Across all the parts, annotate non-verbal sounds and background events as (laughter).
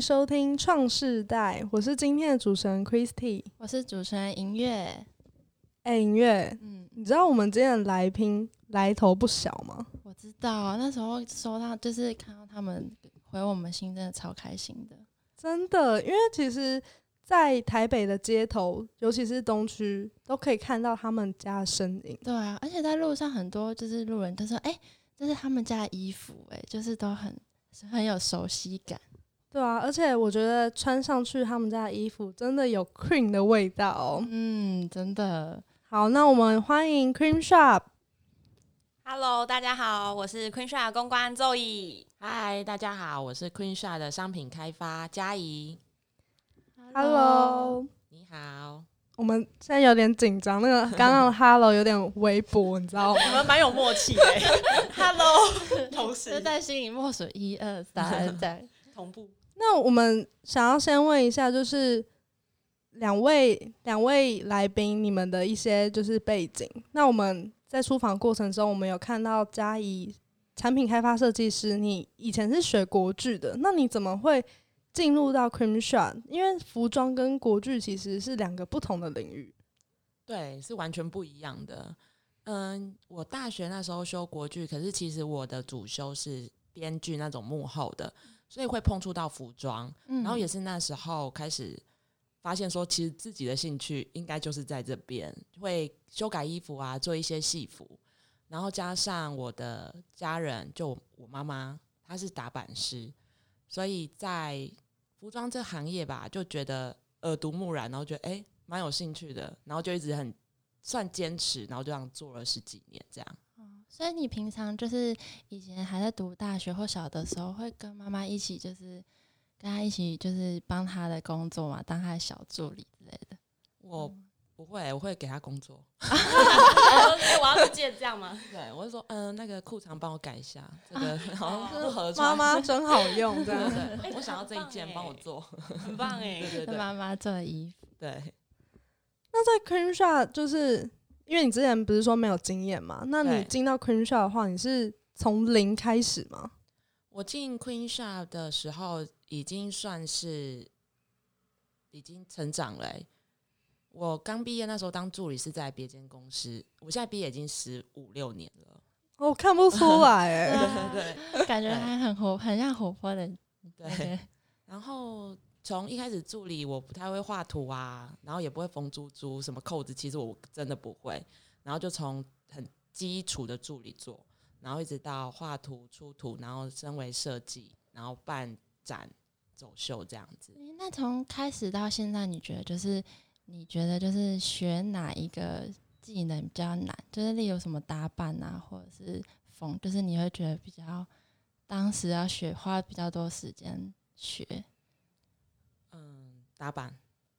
收听《创世代》，我是今天的主持人 Christy。我是主持人银月，哎、音乐，嗯，你知道我们今天的来宾来头不小吗？我知道啊那时候收到就是看到他们回我们信，真的超开心的。真的，因为其实，在台北的街头，尤其是东区，都可以看到他们家的身影。对啊，而且在路上很多就是路人都说，哎、这是他们家的衣服、哎，就是都很很有熟悉感。对啊，而且我觉得穿上去他们家的衣服，真的有 cream 的味道哦。嗯，真的。好，那我们欢迎 Cream Shop。 Hello，大家好，我是 Queen Sha 公关 Zoe。嗨，大家好，我是 Queen Sha 的商品开发佳怡， Hello，你好。我们现在有点紧张，那个刚刚的 Hello 有点微薄，你知道吗？你们蛮有默契的、Hello，同就时在心里默数一二三，这样。同步。那我们想要先问一下，就是两位两位来宾，你们的一些就是背景。那我们在出访过程中，我们有看到嘉怡产品开发设计师，你以前是学国剧的，那你怎么会进入到 Cream Shot？因为服装跟国剧其实是两个不同的领域。对，是完全不一样的。嗯，我大学那时候修国剧，可是其实我的主修是编剧那种幕后的，所以会碰触到服装。嗯然后也是那时候开始发现说，其实自己的兴趣应该就是在这边，会修改衣服啊，做一些戏服。然后加上我的家人，就我妈妈，她是打板师，所以在服装这行业吧，就觉得耳濡目染，然后觉得诶蛮有兴趣的，然后就一直很算坚持，然后就这样做了十几年这样。所以你平常就是以前还在读大学或小的时候，会跟妈妈一起，就是跟她一起，就是帮她的工作嘛，当她的小助理之类的。我不会，我会给他工作。 (laughs) 我要是借这样吗？对，我就说，嗯、那个裤长帮我改一下，这 (laughs) 个好像不合妈穿。妈真好用，这 (laughs) 样对。对对，哎我想要这一很件，棒帮我哎做。 (laughs) 很棒哎、 (laughs) 对对跟对妈妈做的衣服，对，那在 Cream Shot 就是因为你之前不是说没有经验嘛？那你对进到 Cream Shot 的话，你是从零开始吗？我进 Queen Shop 的时候，已经算是已经成长了欸、我刚毕业那时候当助理是在别间公司，我现在毕业已经十五六年了。我、看不出来、哎。(laughs) 啊 (laughs) 对感觉对还很活，很像活泼的对那对。个。然后从一开始助理，我不太会画图啊，然后也不会缝珠珠什么扣子，其实我真的不会。然后就从很基础的助理做，然后一直到画图、出图，然后身为设计，然后办展、走秀这样子。诶 (laughs) 那从开始到现在，你觉得就是你觉得就是学哪一个技能比较难？就是例如什么打扮啊，或者是缝，就是你会觉得比较当时要学花比较多时间学。嗯，打板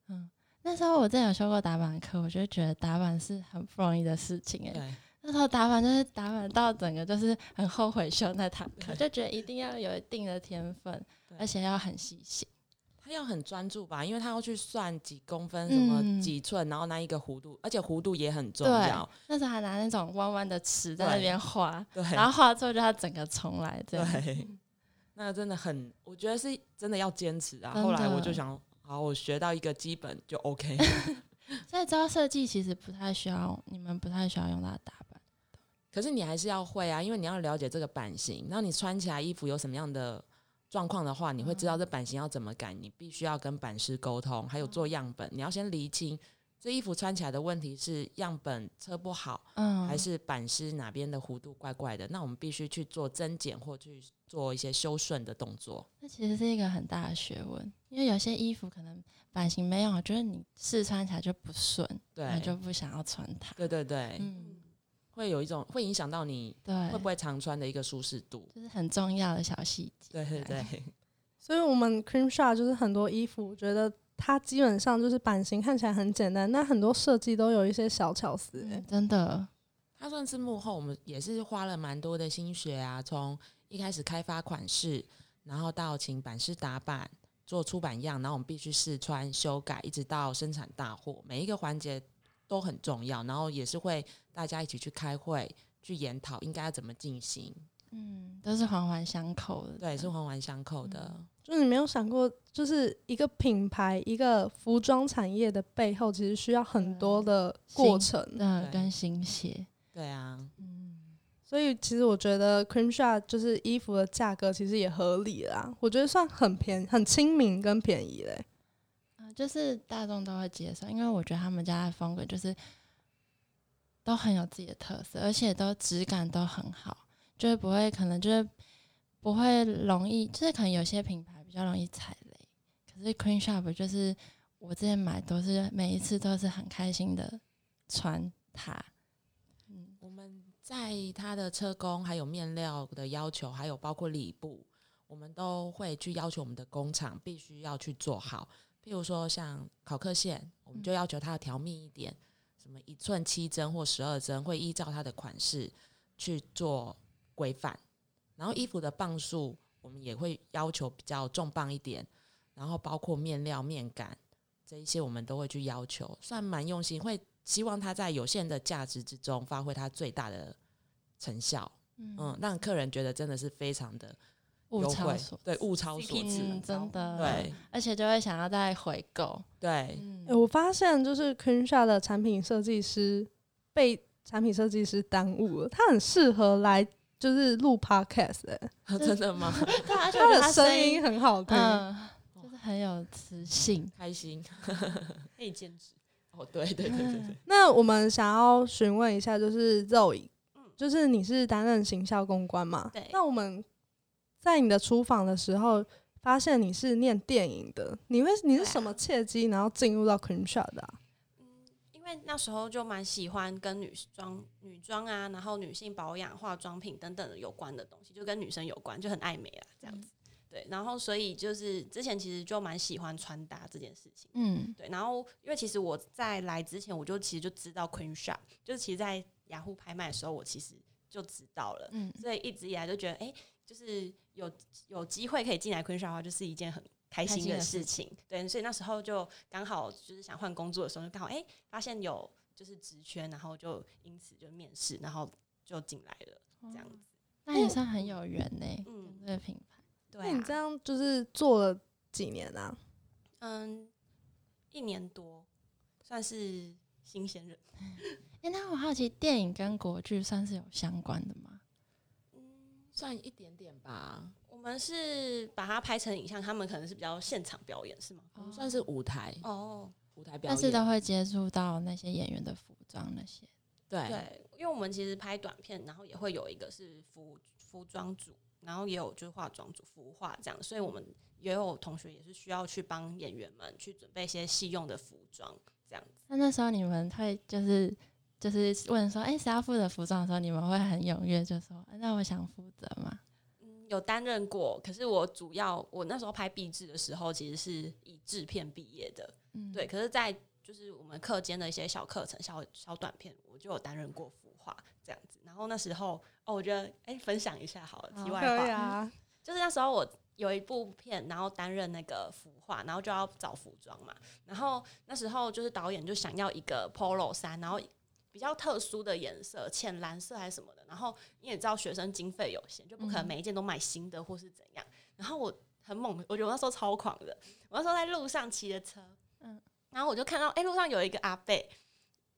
嗯，那时候我真的有修过打板课，我就觉得打板是很不容易的事情哎、对那时候打板就是打板到整个就是很后悔修那堂课，就觉得一定要有一定的天分，对而且要很细心。他要很专注吧，因为他要去算几公分、什么嗯几寸，然后那一个弧度，而且弧度也很重对要。那时候还拿那种弯弯的尺在那边画，对，然后画之后就要整个重来这样。对， (laughs) 那个真的很，我觉得是真的要坚持啊。真的后来我就想，好，我学到一个基本就 (laughs) OK。所以知道设计其实不太需要，你们不太需要用到打板。可是你还是要会啊，因为你要了解这个版型，然后你穿起来衣服有什么样的状况的话，你会知道这版型要怎么改，你必须要跟版师沟通，还有做嗯样本，你要先厘清这衣服穿起来的问题是样本测不好，嗯，还是版师哪边的弧度怪怪的，那我们必须去做增减或去做一些修顺的动作。那其实是一个很大的学问，因为有些衣服可能版型没有，就是你试穿起来就不顺，对你，就不想要穿它。对对对，嗯，会有一种会影响到你对，会不会常穿的一个舒适度。哎就是很重要的小细节。对对对，所以我们 cream shot 就是很多衣服，我觉得它基本上就是版型看起来很简单，但很多设计都有一些小巧思、欸嗯真的，他算是幕后，我们也是花了蛮多的心血啊，从一开始开发款式，然后到请版师打版。做出版样，然后我们必须试穿、修改，一直到生产大货，每一个环节都很重要。然后也是会大家一起去开会、去研讨应该要怎么进行，嗯，都是环环相扣的。对，是环环相扣的。就是你没有想过，就是一个品牌、一个服装产业的背后，其实需要很多的过程。嗯、对啊跟新鞋，对啊，嗯，所以其实我觉得 Creamshot 就是衣服的价格其实也合理啦，我觉得算很便很亲民跟便宜嘞。呃就是大众都会接受，因为我觉得他们家的风格就是都很有自己的特色，而且都质感都很好，就是不会可能就是不会容易，就是可能有些品牌比较容易踩雷，可是 Queen Shop 就是我之前买都是每一次都是很开心的穿它，嗯，我们在它的车工还有面料的要求，还有包括礼布，我们都会去要求我们的工厂必须要去做好。譬如说像考克线，我们就要求它要调密一点，什么一寸七针或十二针，会依照它的款式去做规范。然后衣服的磅数，我们也会要求比较重磅一点，然后包括面料、面感这一些，我们都会去要求，算蛮用心，会希望它在有限的价值之中发挥它最大的成效，嗯嗯，让客人觉得真的是非常的物优超惠所，对物超 CP 所值值，嗯，真的，对，而且就会想要再回购，对，嗯哎呃诶，我发现就是 Creamshot 的产品设计师被产品设计师耽误了，他很适合来就是录 Podcast 诶， (laughs) 真的吗？对啊，而且我觉他得的声音，很好听。嗯，就是很有磁性。开心 (laughs) 可以兼职。 (laughs) 哦，对对对对对，那我们想要询问一下，就是 Zoe，就是你是担任行销公关嘛？嗯对那我们在你的厨房的时候，发现你是念电影的，你会你是对啊什么契机，然后进入到 Cream Shot 的啊、因为那时候就蛮喜欢跟女装、女装啊，然后女性保养、化妆品等等的有关的东西，就跟女生有关，就很爱美啦，这样子。对，然后所以就是之前其实就蛮喜欢穿搭这件事情。嗯，对，然后因为其实我在来之前，我就其实就知道 Queen Shop，就是其实在雅虎拍卖的时候，我其实就知道了，嗯所以一直以来就觉得，哎、就是有有机会可以进来 Queen Shop 的话，就是一件很开开心心的的事事情。对，所以那时候就刚好就是想换工作的时候，就刚好哎、诶发现有就是职缺，然后就因此就面试，然后就进来了，这样哦子。那也算很有缘呢、嗯跟这个品牌，对、那你这啊，样就是做了几年啊？嗯，一年多算是新鲜人。哎、那我好奇，电影跟国剧算是有相关的吗？嗯，算一点点吧，我们是把它拍成影像，他们可能是比较现场表演，是吗？我们算是舞台哦，舞台表但是都演，会接触到那些演员的服装那些。对对，哎因为我们其实拍短片，然后也会有一个是服服装组，然后也有就是化妆组、服化这样，所以我们也有同学也是需要去帮演员们去准备一些戏用的服装，这样子。那那时候你们会就是就是问说，哎、谁要负责服装的时候，你们会很踊跃就说，啊那我想负责嘛。嗯，有担任过，可是我主要我那时候拍壁纸的时候，其实是以制片毕业的，嗯，对，，可是，在就是我们课间的一些小课程、小小短片，我就有担任过服化这样子。然后那时候，哦，我觉得，哎、分享一下好了，好题外可话，以啊，就是那时候我有一部片，然后担任那个服化，然后就要找服装嘛。然后那时候就是导演就想要一个 polo 衫，然后比较特殊的颜色，浅蓝色还是什么的。然后你也知道学生经费有限，就不可能嗯每一件都买新的或是怎样。然后我很猛，我觉得我那时候超狂的。我那时候在路上骑着车，嗯嗯，然后我就看到，哎、路上有一个阿贝。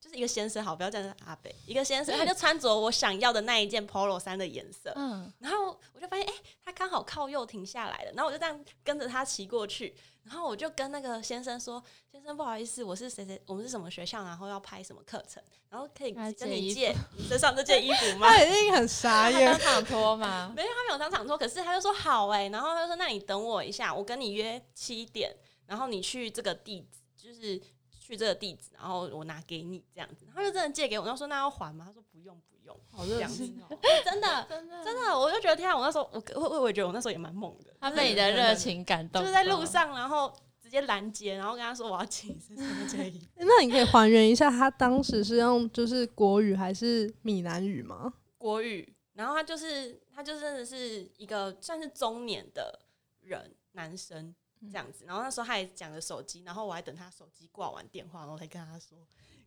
就是一个先生，好，不要叫他阿贝，一个先生，他就穿着我想要的那一件 polo 衫的颜色， (laughs) 嗯，然后我就发现，哎、他刚好靠右停下来了，然后我就这样跟着他骑过去，然后我就跟那个先生说：“先生，不好意思，我是谁谁，我们是什么学校，然后要拍什么课程，然后可以来跟借你衣借你身上这件衣 (laughs) 服吗他一定很傻眼当。场脱嘛。没有，他没有当场脱，可是他就说好哎、然后他就说那你等我一下，我跟你约七点，然后你去这个地址，就是去这个地址，然后我拿给你这样子，然后就真的借给我，然后说那要还吗？他说不用不用，好热热情情哦， (laughs) 真的 (laughs) 真的真的，我就觉得天啊，我那时候我我我我觉得我那时候也蛮猛的，他被你的热情感动，就是在路，上，然后直接拦截，然后跟他说我要请身上的这 (laughs) 衣服。那你可以还原一下，他当时是用就是国语还是闽南语吗？国语，然后他就是他就真的是一个算是中年的人，男生嗯这样子。然后那时候他也讲了手机，然后我还等他手机挂完电话，然后才跟他说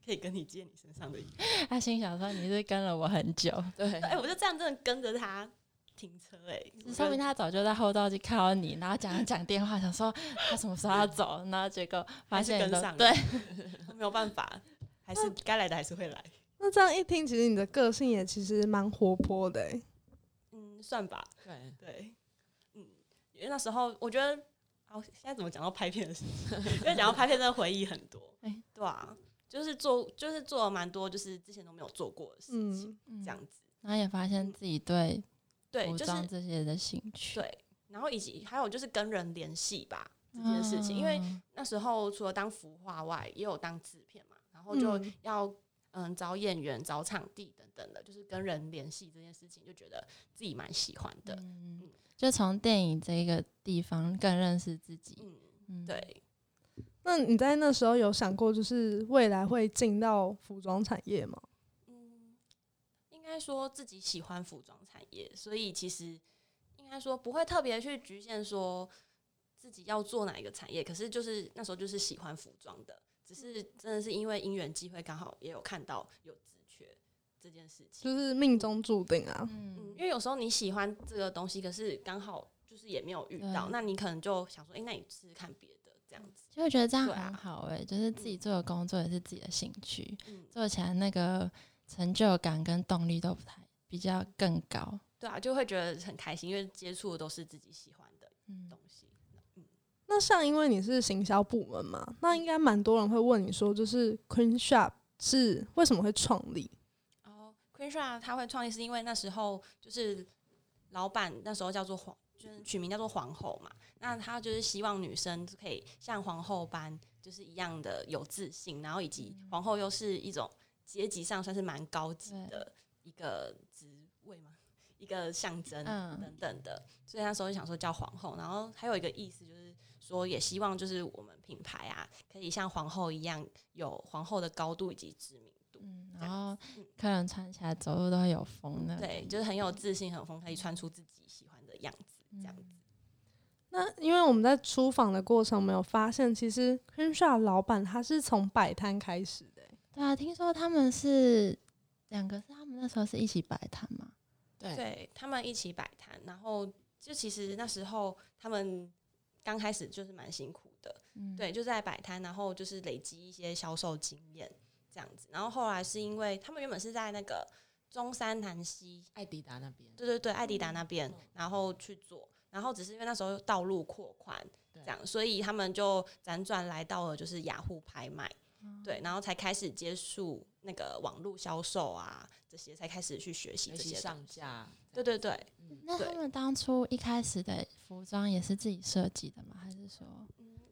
可以跟你借你身上的衣服。他心想说你是跟了我很久，对哎、我就这样真的跟着他停车哎、说明他早就在后照镜看到你，然后讲一讲电话，想说他什么时候要走，然后结果发还是现你跟都上了对， (laughs) 没有办法，还 (laughs) 是该来的还是会来。那这样一听，其实你的个性也其实蛮活泼的、欸，嗯，算吧，对，对，嗯，因为那时候我觉得，啊，我现在怎么讲到拍片的事情？ (laughs) 因为讲到拍片，真的回忆很多，哎对啊，就是做，就是做了蛮多，就是之前都没有做过的事情，嗯，嗯这样子。然后也发现自己对对，服就装是这些的兴趣，对，然后以及还有就是跟人联系吧这件事情，因为嗯那时候除了当服化外，也有当制片嘛，然后就嗯要嗯找演员、找场地等等的，就是跟人联系这件事情，就觉得自己蛮喜欢的。嗯，就从电影这个地方更认识自己，嗯，嗯，对，那你在那时候有想过，就是未来会进到服装产业吗？嗯，应该说自己喜欢服装产业，所以其实应该说不会特别去局限说自己要做哪一个产业，可是就是那时候就是喜欢服装的，只是真的是因为因缘机会，刚好也有看到有职缺这件事情。就是命中注定啊。嗯，嗯因为有时候你喜欢这个东西，可是刚好就是也没有遇到，对那你可能就想说，哎、那你试试看别的这样子。其实我觉得这样对啊很好哎、就是自己做的工作也是自己的兴趣，嗯，做起来那个成就感跟动力都不太比较更高。对啊，就会觉得很开心，因为接触的都是自己喜欢的嗯，东西。那像因为你是行销部门嘛，那应该蛮多人会问你说，就是 Queen Shop 是为什么会创立？然后哦 Queen Shop 它会创立是因为那时候就是老板那时候叫做皇，就是取名叫做皇后嘛。那他就是希望女生可以像皇后般，就是一样的有自信，然后以及皇后又是一种阶级上算是蛮高级的一个职位嘛， (laughs) 一个象征嗯等等的。所以那时候就想说叫皇后，然后还有一个意思就是说，也希望就是我们品牌啊，可以像皇后一样有皇后的高度以及知名度。嗯，这样然后嗯客人穿起来走路都会有风的，对，就是很有自信，很有风，可以穿出自己喜欢的样子，这嗯样子。那因为我们在出访的过程，我们有发现，其实 Queen Shop 老板他是从摆摊开始的欸、对啊，听说他们是两个是他们那时候是一起摆摊嘛，对，对他们一起摆摊，然后就其实那时候他们刚开始就是蛮辛苦的，嗯，对，就在摆摊，然后就是累积一些销售经验这样子。然后后来是因为他们原本是在那个中山南溪，艾迪达那边，对对对，艾迪达那边，然后去做。然后只是因为那时候道路扩宽，对这样，所以他们就辗转来到了就是雅虎拍卖。嗯，对，然后才开始接触那个网络销售啊，这些才开始去学习尤这其些东上西。架，对对对，那他对们当初一开始的服装也是自己设计的吗？还是说，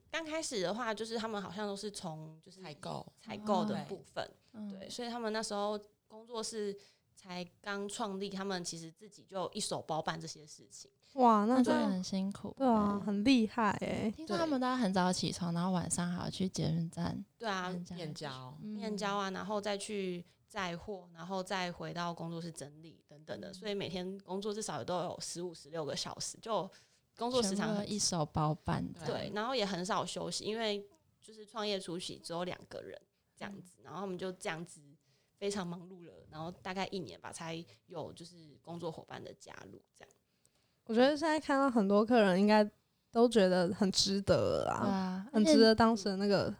刚开始的话，就是他们好像都是从就是采购，采购的哦部分，嗯，对，所以他们那时候工作室才刚创立，他们其实自己就一手包办这些事情。哇，那那这真的样很辛苦，对啊，很厉害哎、听说他们都要很早起床，然后晚上还要去捷运站对啊，参加嗯面交，面交啊，然后再去载货，然后再回到工作室整理等等的，所以每天工作至少也都有十五、十六个小时，就工作时全长部很都一手包办的，对，然后也很少休息，因为就是创业初期只有两个人这嗯样子，然后我们就这样子非常忙碌了，然后大概一年吧，才有就是工作伙伴的加入这样。我觉得现在看到很多客人应该都觉得很值得了对啦，啊，很而且值得当时的那个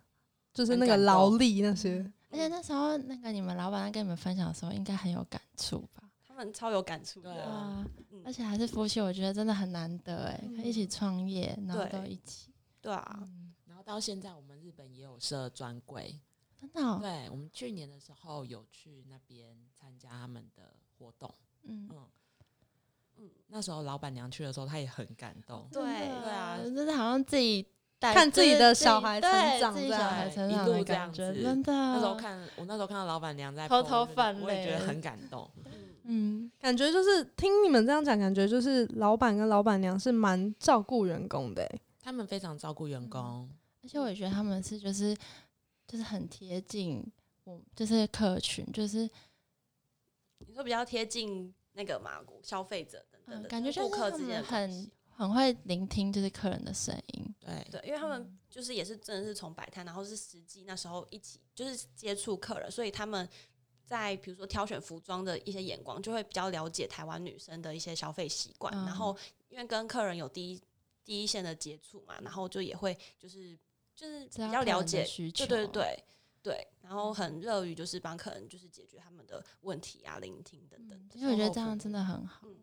就是那个很感动劳力那些。而且那时候那个你们老板在跟你们分享的时候，应该很有感触吧？他们超有感触对对的，啊，嗯而且还是夫妻，我觉得真的很难得哎，可以一起创业，然后对都一起，对啊，嗯，然后到现在我们日本也有设专柜，真的哦，对我们去年的时候有去那边参加他们的活动，嗯，嗯嗯，那时候老板娘去的时候，她也很感动，对真的对啊真的好像自己带看自己的就是小孩对成长自己这小样孩成长一路的这样感觉，子真的，哦那时候看我那时候看到老板娘在嗯偷 po 偷那个泛我也觉得泪很感 (laughs) 动，嗯，感觉就是听你们这样讲，感觉就是老板跟老板娘是蛮照顾员工的欸、他们非常照顾嗯员工，而且我也觉得他们是就是就是很贴近我，就是客群，就是你说比较贴近那个嘛消费者等等嗯，的，感觉顾就是客他之间们的关系很很会聆听，就是客人的声音。对对，因为他嗯们就是也是真的是从摆摊，然后是实际那时候一起就是接触客人，所以他们在比如说挑选服装的一些眼光，就会比较了解台湾女生的一些消费习惯，嗯然后因为跟客人有第一第一线的接触嘛，然后就也会就是就是知道比较客人了的解需求，啊嗯对对对对，然后很乐于就是帮客人就是解决他们的问题啊、聆听等等嗯，的售后服务。其实我觉得这样真的很好。嗯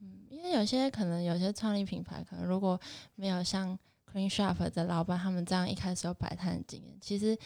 嗯，因为有些可能有些创立品牌，可能如果没有像 Clean Shop 的老板他们这样一开始有摆摊的经验，其实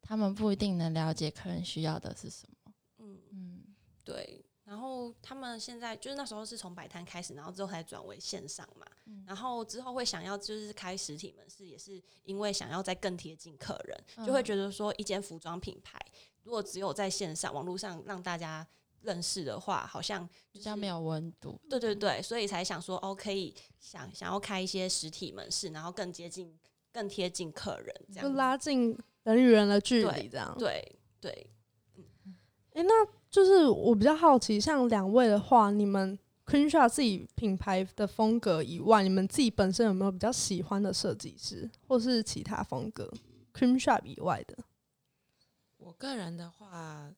他们不一定能了解客人需要的是什么。嗯嗯，对。然后他们现在就是那时候是从摆摊开始，然后之后才转为线上嘛。嗯然后之后会想要就是开实体门市，也是因为想要再更贴近客人，就会嗯觉得说一间服装品牌如果只有在线上网络上让大家认识的话，好像比较没有温度。对对对，所以才想说哦，可以想想要开一些实体门市，然后更接近、更贴近客人这就样。拉近人与人的距离，对这样。对对，诶，那就是我比较好奇，像两位的话，你们 Queen Shot 自己品牌的风格以外，你们自己本身有没有比较喜欢的设计师，或是其他风格 Queen Shot 以外的？我个人的话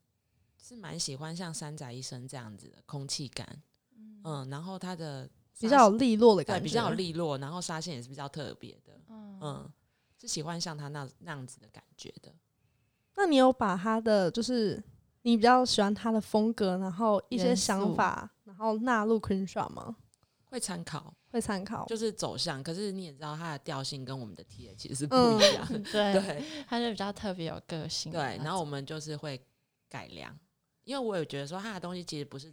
是蛮喜欢像山宅医生这样子的空气感，嗯，然后它的比纱较有利落的对感觉，比较有利落，然后纱线也是比较特别的，嗯嗯，是喜欢像他那那样子的感觉的。那你有把他的就是你比较喜欢他的风格，然后一些元素想法，然后纳入 Queen Shot 吗？会参考，会参考？就是走向。可是你也知道，它的调性跟我们的 T 其实是不嗯一样。对， (laughs) 对他就比较特别有个性对的那种。然后我们就是会改良，因为我也觉得说它的东西其实不是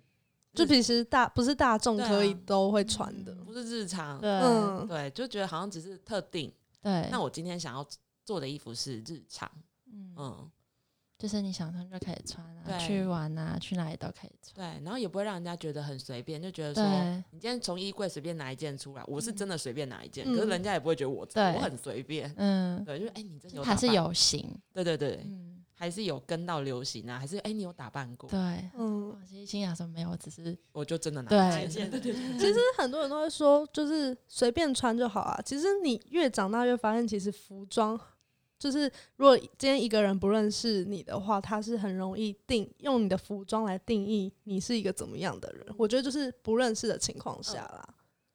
就平时大不是大众对啊可以都会穿的，不是日常，对、嗯，对，就觉得好像只是特定。对，那我今天想要做的衣服是日常，嗯，嗯，就是你想穿就可以穿啊，对去玩啊，去哪里都可以穿。对，然后也不会让人家觉得很随便，就觉得说。对嗯你今天从衣柜随便拿一件出来，我是真的随便拿一件，嗯可是人家也不会觉得我对我很随便，嗯，对，就是哎、你真的有打还扮是，有型。对对对，嗯，还是有跟到流行啊，还是哎、你有打扮过，对。嗯，我其实心想说没有，我只是我就真的拿哎对一件，对对对，其实很多人都会说，就是随便穿就好啊。其实你越长大越发现，其实服装就是如果今天一个人不认识你的话，他是很容易定用你的服装来定义你是一个怎么样的人。我觉得就是不认识的情况下啦，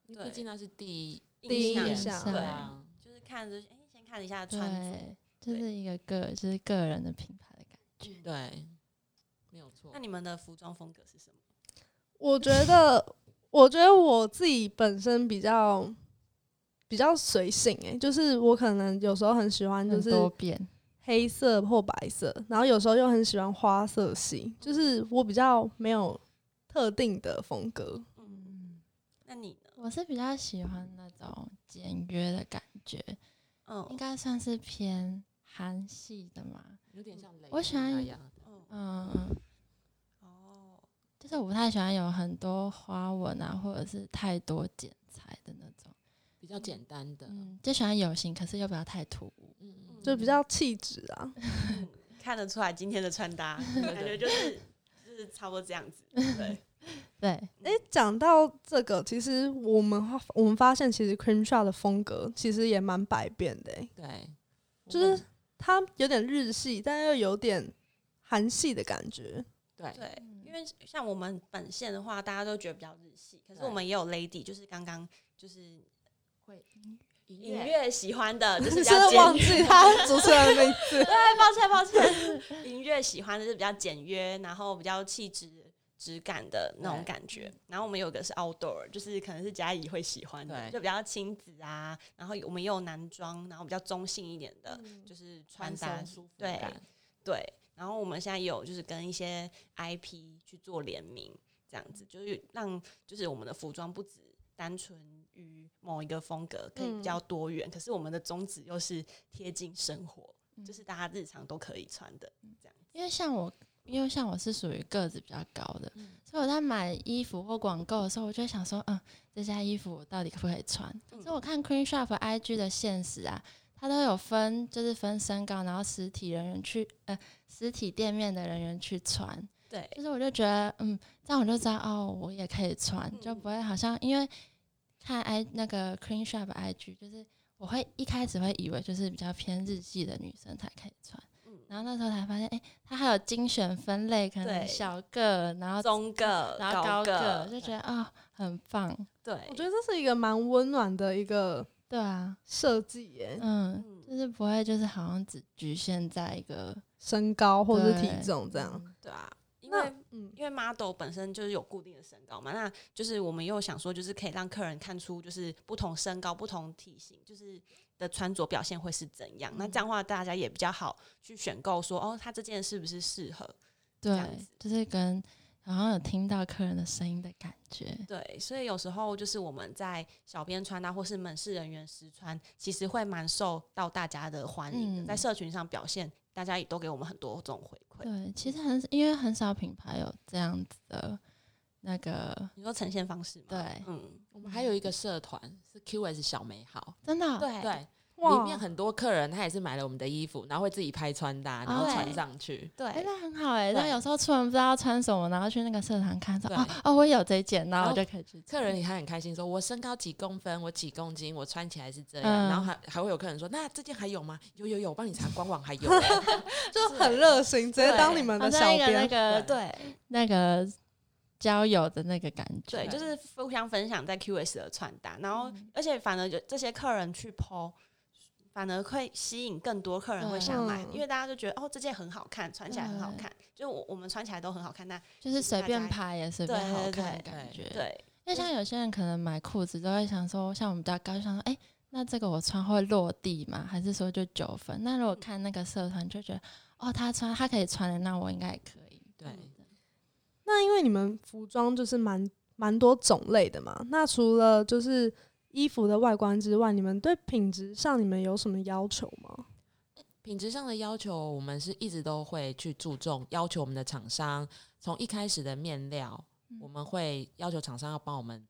毕竟那是第一第一象印象对对啊啊，就是看着哎，先看一下穿着。对，就是一个个就是个人的品牌的感觉。对，没有错那。你们的服装风格是什么？我觉得，我觉得我自己本身比较比较随性诶、就是我可能有时候很喜欢，就很是多变，黑色或白色，然后有时候又很喜欢花色系，就是我比较没有特定的风格。嗯，嗯，那你呢？我是比较喜欢那种简约的感觉，应嗯该算是偏韩系的嘛。有点像雷我喜欢那样，嗯嗯，嗯哦，就是我不太喜欢有很多花纹啊，或者是太多剪裁的那种。比较简单的，嗯嗯，就喜欢有型，可是又不要太突兀。嗯，就比较气质啊，嗯看得出来今天的穿搭， (laughs) 感觉就是就是差不多这样子。对，对，诶，讲到这个，其实我们发我们发现，其实 Cream Shot 的风格其实也蛮百变的、诶，对，嗯就是它有点日系，但又有点韩系的感觉。对对，嗯因为像我们本线的话，大家都觉得比较日系，可是对我们也有 lady，就是刚刚就是音隐约喜欢的， (laughs) 就是你比真较的忘简约。记他主持人的名字？ (laughs) 对，抱歉抱歉，隐约喜欢的是比较简约，然后比较气质。质感的那种对感觉，然后我们有一个是 outdoor，就是可能是嘉怡会喜欢的，对就比较亲子啊。然后我们也有男装，然后比较中性一点嗯的，就是穿穿搭搭舒服对感对，然后我们现在也有就是跟一些 IP 去做联名，这样子就是让就是我们的服装不只单纯于某一个风格，可以比较多元，可是我们的宗旨又是贴近生活，就是大家日常都可以穿的。因为像我，因为像我是属于个子比较高的，嗯所以我在买衣服或广告的时候，我就会想说，嗯，这家衣服我到底可不可以穿？嗯所以我看 Queen Shop IG 的现实啊，它都有分，就是分身高，然后实体人员去，呃，实体店面的人员去穿。对，就是我就觉得，嗯，这样我就知道，哦，我也可以穿，就不会好像因为看 i 那个 Queen Shop IG，就是我会一开始会以为就是比较偏日系的女生才可以穿。嗯，然后那时候才发现，哎、它还有精选分类，可能对小个，然后中个、然后高个，就觉得啊、哦很棒，对我，觉得这是一个蛮温暖的一个对啊，设计耶，嗯，嗯就是不会就是好像只局限在一个身高或者是体对重这样。对啊，因那为嗯，因为 model 本身就是有固定的身高嘛，那就是我们又想说，就是可以让客人看出就是不同身高、不同体型，就是的穿着表现会是怎样。那这样的话，大家也比较好去选购说，哦，他这件是不是适合？对样子，就是跟好像有听到客人的声音的感觉，对，所以有时候就是我们在小编穿啊搭或是门市人员实穿，其实会蛮受到大家的欢迎的，嗯在社群上表现，大家也都给我们很多这种回馈。对，其实很因为很少品牌有这样子的那个，你说呈现方式吗？对嗯，我们还有一个社团是 QS 小美好，真的哦、对对，哇，里面很多客人他也是买了我们的衣服，然后会自己拍穿搭，然后对穿上去。对，哎、那很好哎、对那有时候出门不知道穿什么，然后去那个社团看，说对哦哦，我有这一件，然后然我后就可以去客穿。人也还很开心，说我身高几公分，我几公斤，我穿起来是这样。嗯然后还还会有客人说，那这件还有吗？有有有，我帮你查官网还有、欸就很热心，直接对当你们好的小像一个那编。个对那个交友的那个感觉，对，就是互相分享在 QS 的穿搭，然后、嗯而且反而就这些客人去 PO，反而会吸引更多客人会想买，嗯因为大家就觉得哦这件很好看，穿起来很好看，就我我们穿起来都很好看，那就是随便大家拍也随对便好对看的对感觉。对因为就像有些人可能买裤子都会想说，像我们比较高，就想说，哎、那这个我穿会落地吗？还是说就九分？那如果看那个社团，就觉得，哦，他穿他可以穿的，那我应该也可以。对，那因为你们服装就是蛮蛮多种类的嘛，那除了就是衣服的外观之外，你们对品质上你们有什么要求吗？品质上的要求，我们是一直都会去注重，要求我们的厂商从一开始的面料，嗯我们会要求厂商要帮我们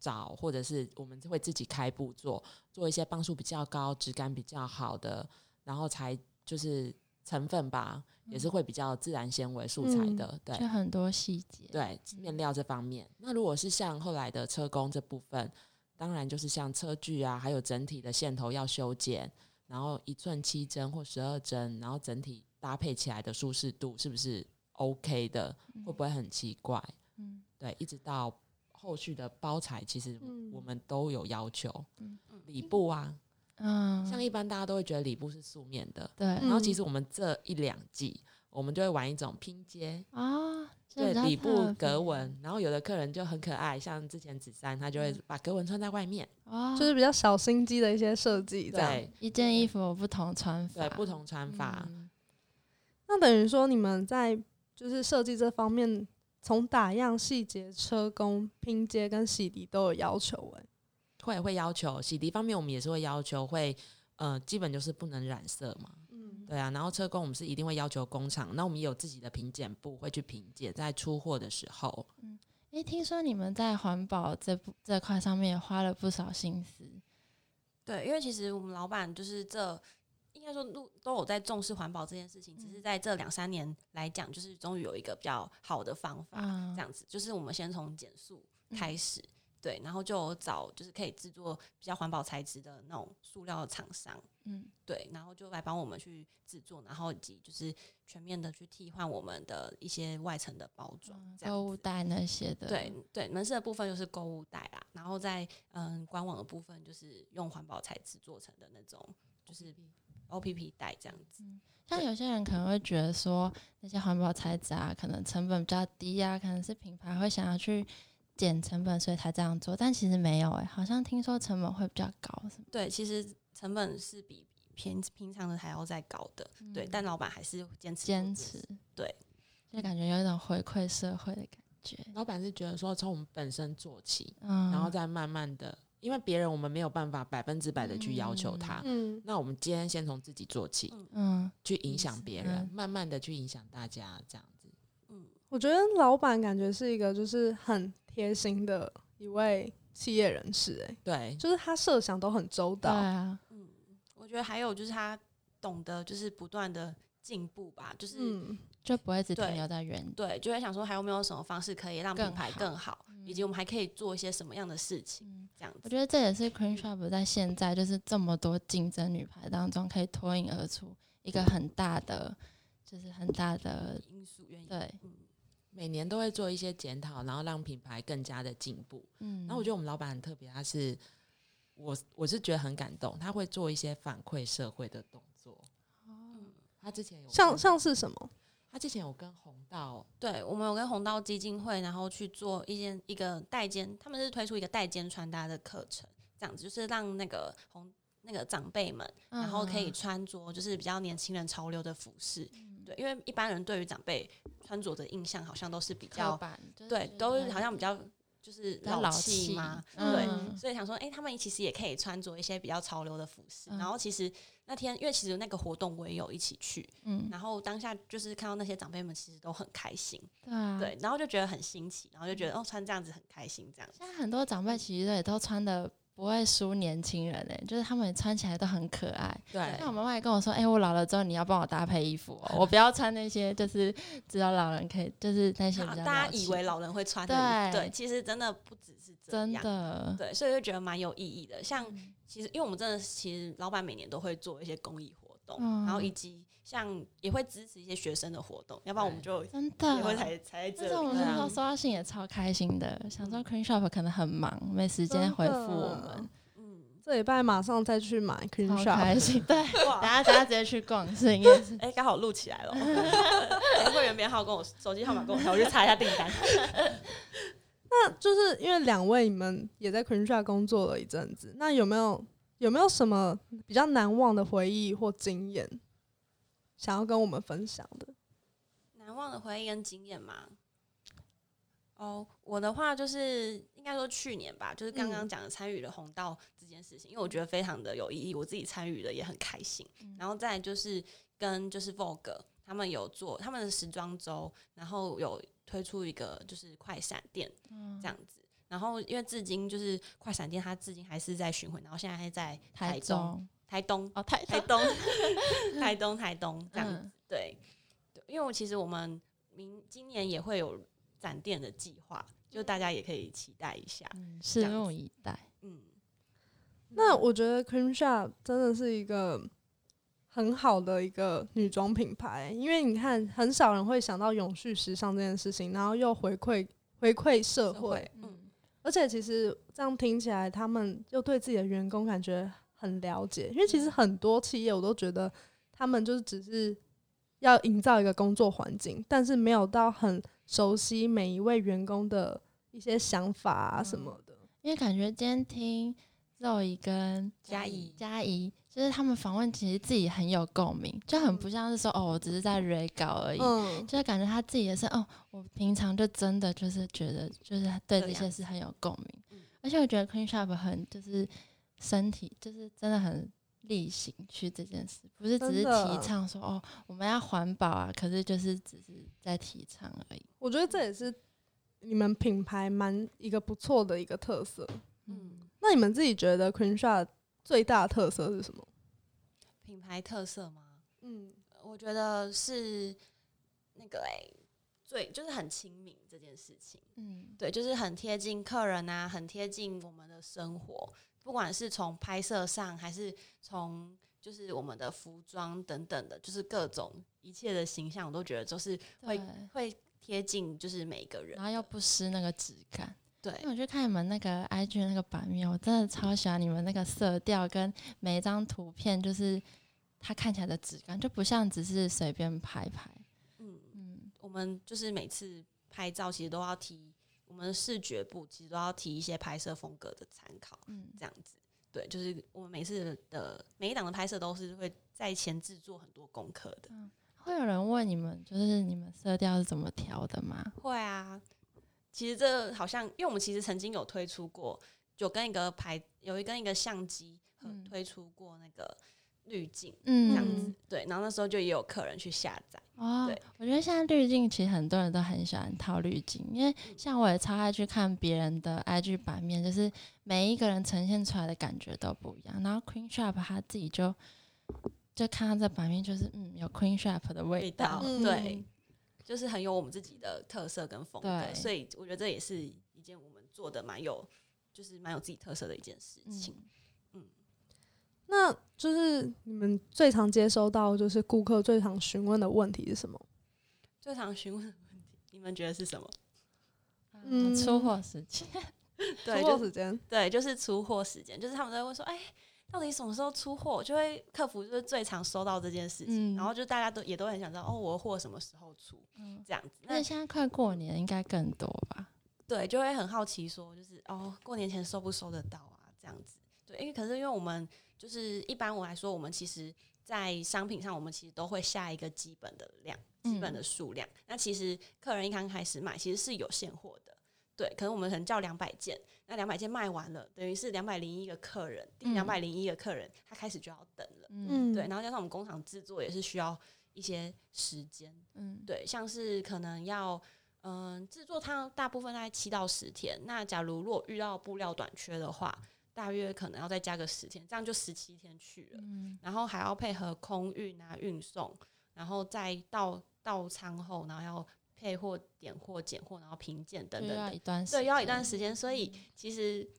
找，或者是我们会自己开布做，做一些磅数比较高、质感比较好的，然后才就是成分吧，也是会比较自然纤维素材的，对就很多细节。对，面料这方面。那如果是像后来的车工这部分，当然就是像车距啊，还有整体的线头要修剪，然后一寸七针或十二针，然后整体搭配起来的舒适度是不是 OK 的？嗯会不会很奇怪？嗯对，一直到后续的包材，其实嗯我们都有要求。嗯里布啊，嗯，像一般大家都会觉得里布是素面的，对嗯然后其实我们这一两季，我们就会玩一种拼接，啊，这对比较底部特格别纹，然后有的客人就很可爱，像之前子珊，她就会把格纹穿在外面，哦，就是比较小心机的一些设计这样。对一件衣服有不同穿法，对，不同穿法，嗯那等于说你们在就是设计这方面，从打样、细节、车工、拼接跟洗涤都有要求欸诶、会会要求洗涤方面，我们也是会要求会，呃，基本就是不能染色嘛，嗯，对啊，然后车工我们是一定会要求工厂，那我们也有自己的评检部会去评检，在出货的时候，诶，听说你们在环保这部这块上面也花了不少心思，对，因为其实我们老板就是这。应该说，都都有在重视环保这件事情，只是在这两三年来讲，就是终于有一个比较好的方法，啊这样子，就是我们先从减速嗯开始，对，然后就有找就是可以制作比较环保材质的那种塑料的厂商，嗯，对，然后就来帮我们去制作，然后以及就是全面的去替换我们的一些外层的包装，嗯这购样物子。袋那些的，对对，门市的部分就是购物袋啦，然后在嗯官网的部分就是用环保材质做成的那种，就是 O P P 袋这样子。像有些人可能会觉得说，那些环保材质啊，可能成本比较低啊，可能是品牌会想要去减成本，所以才这样做。但其实没有诶、好像听说成本会比较高，是吗？对，其实成本是比平平常的还要再高的，对，嗯但老板还是坚坚持做这件持事，对，就感觉有一种回馈社会的感觉。老板是觉得说从我们本身做起，嗯，然后再慢慢的，因为别人我们没有办法百分之百的去要求啊他，嗯，那我们今天先从自己做起，嗯，去影响别人嗯，慢慢的去影响大家，这样子。嗯，我觉得老板感觉是一个就是很贴心的一位企业人士诶、对，就是他设想都很周对到。啊，嗯，我觉得还有就是他懂得就是不断的进步吧，就是、嗯，就不会只对停留在原地。对，就会想说还有没有什么方式可以让更品牌好更好，以及我们还可以做一些什么样的事情，嗯，这样我子。觉得这也是 Queen Shop 在现在就是这么多竞争女排当中可以脱颖而出一个很大的就是很大的因素原因。对，嗯，每年都会做一些检讨，然后让品牌更加的进步。嗯，然后我觉得我们老板很特别，他是我我是觉得很感动，他会做一些反馈社会的动作。嗯他之前有像跟像是什么？他之前有跟红道对，我们有跟红道基金会，然后去做一件一个代间，他们是推出一个代间穿搭的课程，这样子就是让那个红那个长辈们，嗯然后可以嗯穿着就是比较年轻人潮流的服饰。对，因为一般人对于长辈穿着的印象好像都是比刻较板就是对觉，得都他是好像比较就是比较老气气嘛，嗯对，嗯所以想说，哎、他们其实也可以穿着一些比较潮流的服饰。嗯然后其实那天，因为其实那个活动我也有一起去，嗯，然后当下就是看到那些长辈们其实都很开心，对啊，对，然后就觉得很新奇，然后就觉得哦，穿这样子很开心，这样子现在很多长辈其实也都穿的不会输年轻人哎、就是他们穿起来都很可爱。对像我妈妈也跟我说，哎、我老了之后你要帮我搭配衣服、哦，我不要穿那些就是只有老人可以，就是那些比好较大老家以气为老人会穿的衣服，对对，其实真的不只是这真样，的对，所以就觉得蛮有意义的。像嗯其实，因为我们真的其实老板每年都会做一些公益活动，嗯然后以及像也会支持一些学生的活动，要不然我们就真也会的。才才在但这是我们里对那啊时候收到信也超开心的，想说 Queen Shop 可能很忙，没时间回复我们，嗯，这礼拜马上再去买 Green 超 Shop，开心。对，哇等下等下直接去逛是应该是哎，刚好录起来了。 (laughs) 哎会员编号跟我手机号码跟我说，我去查一下订单。那就是因为两位你们也在 Green Shop 工作了一阵子，那有没有有没有什么比较难忘的回忆或经验，想要跟我们分享的？难忘的回忆跟经验嘛。哦，我的话就是应该说去年吧，就是刚嗯刚讲的参与了红道这件事情，因为我觉得非常的有意义，我自己参与的也很开心。嗯然后再来就是跟就是 Vogue 他们有做他们的时装周，然后有推出一个就是快闪店嗯这样子。然后因为至今就是快闪店，它至今还是在巡回，然后现在还在台台中、中台东、哦，台台台东、台东、台东这样子。嗯对，对，因为我其实我们明今年也会有展店的计划，就大家也可以期待一下。嗯，拭目以待。嗯，那我觉得 Cream Shop 真的是一个很好的一个女装品牌，因为你看，很少人会想到永续时尚这件事情，然后又回馈回馈社社会会，嗯，而且其实这样听起来，他们又对自己的员工感觉很了解，因为其实很多企业我都觉得他们就是只是要营造一个工作环境，但是没有到很熟悉每一位员工的一些想法啊什么的。因为感觉今天听肉姨跟嘉怡嘉怡，就是他们访问，其实自己很有共鸣，就很不像是说哦，我只是在 re 稿而已，嗯，就是感觉他自己也是哦，我平常就真的就是觉得就是对这这些样事很有共鸣，嗯而且我觉得 Queen Shop 很就是身体就是真的很。力行去这件事，不是只是真的提倡说哦，我们要环保啊，可是就是只是在提倡而已。我觉得这也是你们品牌蛮一个不错的一个特色。嗯嗯，那你们自己觉得 Queen Shot 最大的特色是什么？品牌特色吗？嗯，呃我觉得是那个哎、最就是很亲民这件事情。嗯，对，就是很贴近客人啊，很贴近我们的生活，不管是从拍摄上，还是从就是我们的服装等等的，就是各种一切的形象，我都觉得就是会对，会贴近，就是每一个人的。然后又不失那个质感。因对为我去看你们那个 IG 的那个版面，我真的超喜欢你们那个色调跟每一张图片，就是它看起来的质感，就不像只是随便拍拍。嗯，嗯，我们就是每次拍照其实都要提，我们视觉部其实都要提一些拍摄风格的参考，嗯这样子。对，就是我们每次的每一档的拍摄都是会在前置做很多功课的。会有人问你们，就是你们色调是怎么调的吗？会啊，其实这好像，因为我们其实曾经有推出过，有跟一个牌，有一跟一个相机合嗯推出过那个滤镜，嗯，这样子、对。然后那时候就也有客人去下载，哦对，我觉得现在滤镜其实很多人都很喜欢套滤镜，因为嗯像我也超爱去看别人的 IG 版面，就是每一个人呈现出来的感觉都不一样。然后 Queen Shop 他自己就就看到这版面，就是嗯，有 Queen Shop 的味味道道，嗯对，就是很有我们自己的特色跟风格，对所以我觉得这也是一嗯件我们做的蛮有，就是蛮有自己特色的一件事情。嗯，那就是你们最常接收到，就是顾客最常询问的问题是什么？最常询问的问题，你们觉得是什么？嗯嗯，出货时间，对，出货就是时间，对，就是出货时间，就是他们都会问说，哎、到底什么时候出货？就会客服就是最常收到这件事情，嗯然后就大家都也都很想知道，哦，我的货什么时候出？嗯，这样子，那那现在快过年，应该更多吧？对，就会很好奇说，就是哦，过年前收不收得到啊？这样子，对，因为可是因为我们就是一般我来说，我们其实在商品上，我们其实都会下一个基本的量、基本嗯的数量。那其实客人一刚开始买，其实是有现货的，对，可能我们可能叫两百件，那两百件卖完了，等于是两百零一个客人，第两百零一个客人他开始就要等了，嗯嗯，对，然后加上我们工厂制作也是需要一些时间，嗯，对，像是可能要嗯制、作它大部分大概七到十天。那假如如果遇到布料短缺的话，大约可能要再加个十天，这样就十七天去了。嗯，然后还要配合空运啊、运送，然后再到到仓后，然后要配货、点货、拣货，然后评鉴等就等要等。一段时间，对，嗯要一段时间，所以其实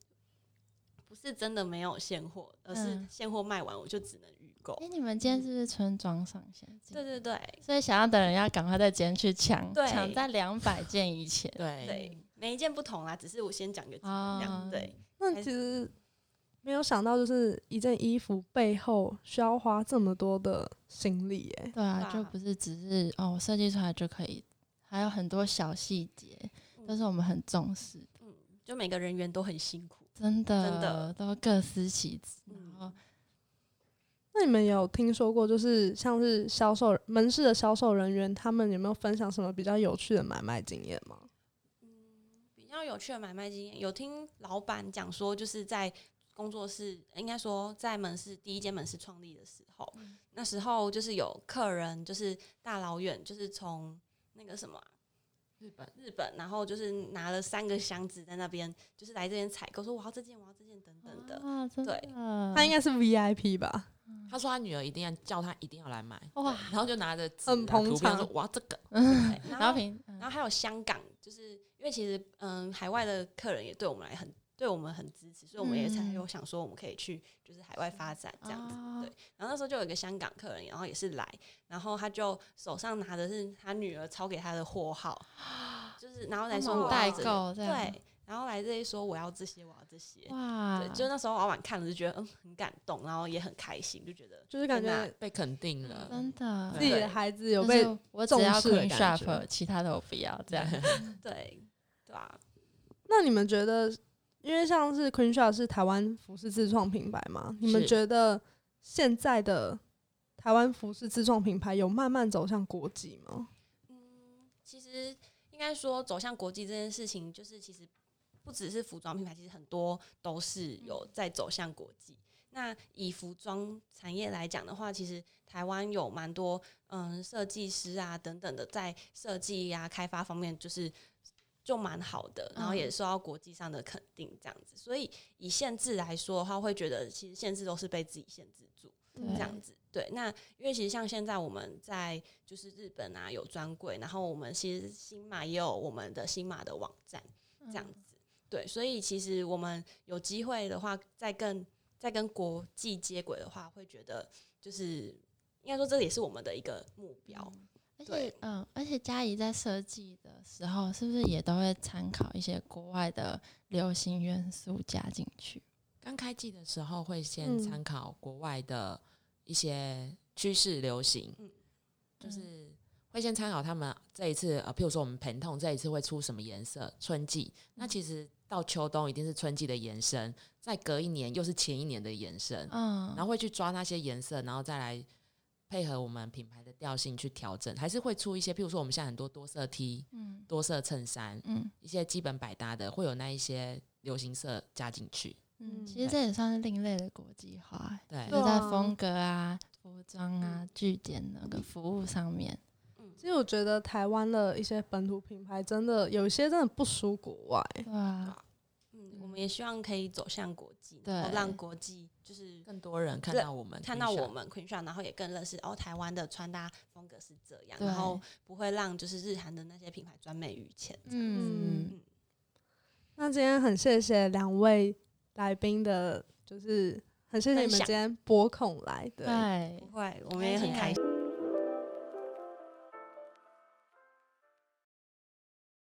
不是真的没有现货，而是嗯现货卖完我就只能预购。哎，你们嗯今天是不是村庄上线？对对对所以想要的人要赶快在今天去抢，对抢在两百件以 (laughs) 前。对，对，每一件不同啦，只是我先讲一个基本量，哎啊对。那其实没有想到，就是一件衣服背后需要花这么多的心力、耶。对啊，就吧不是只是哦，我设计出来就可以，还有很多小细节嗯嗯都是我们很重视的，就每个人员都很辛苦。真的真的都各司其职。然嗯后那你们有听说过，就是像是销售门市的销售人员，他们有没有分享什么比较有趣的买卖经验吗？比较有趣的买卖经验，有听老板讲说，就是在工作室，应该说在门市第一间门市创立的时候，嗯那时候就是有客人，就是大老远就是从那个什么啊、日本日本，然后就是拿了三个箱子在那边，就是来这边采购，说我要这件，我要这件等等的。啊，真对的，嗯他应该是 VIP 吧？他说他女儿一定要叫他一定要来买，哇，然后就拿着纸很啊捧图片场说我要这个，对然然后后平然后还有香港，就是因为其实嗯，海外的客人也对我们来很对我们很支持，所以我们也才嗯有想说我们可以去就是海外发展这样子。啊对，然后那时候就有一个香港客人，然后也是来，然后他就手上拿的是他女儿抄给他的货号，就是然后来说帮我忙要代这个购这样对，然后来这里说我要这些，我要这些。哇对，，就那时候老板看了就觉得嗯很感动，然后也很开心，就觉得就是感天觉被肯定了。嗯真的自己对的孩子有就被是我只要重视的 clean 感觉 shop，其他的我不要这样。对对啊，那你们觉得，因为像是 Queen Shaw 是台湾服饰自创品牌嘛，你们是觉得现在的台湾服饰自创品牌有慢慢走向国际吗？嗯，其实应该说走向国际这件事情，就是其实不只是服装品牌，其实很多都是有在走向国际。那以服装产业来讲的话，其实台湾有蛮多嗯设计师啊等等的，在设计呀、开发方面就是就蛮好的，然后也嗯受到国际上的肯定这样子。所以以限制来说的话，会觉得其实限制都是被自己限制住。对这样子。对，那因为其实像现在我们在就是日本啊有专柜，然后我们其实新马也有我们的新马的网站 (laughs) 这样嗯子。对，所以其实我们有机会的话，再更再跟国际接轨的话，会觉得就是应该说这也是我们的一个目标。而对且，嗯，而且佳怡在设计的时候，是不是也都会参考一些国外的流行元素加进去？刚开季的时候会嗯先参考国外的一些趋势流行，嗯就是会先参考他们这一次呃，譬如说我们盆痛这一次会出什么颜色，春季。嗯那其实到秋冬一定是春季的延伸，再隔一年又是前一年的延伸，嗯然，后会去抓那些颜色，然后再来配合我们品牌的调性去调整，还是会出一些，譬如说我们现在很多多色 T、嗯多色衬衫，嗯一些基本百搭的，会有那一些流行色加进去。嗯，嗯其实这也算是另类的国际化，对，就对在啊风格啊、服装啊、据点那个服务上面。嗯其实我觉得台湾的一些本土品牌真的有一些真的不输国外，对啊，嗯，我们也希望可以走向国际，对然后让国际就是更多人看对到我们，看到我，们 Queen s h a 然后也更认识哦，台湾的穿搭风格是这样，对然后不会让就是日韩的那些品牌专美于前。嗯嗯，嗯那今天很谢谢两位来宾的，就是很谢谢你们分今享天拨空来的。对不，会，我们也很开心。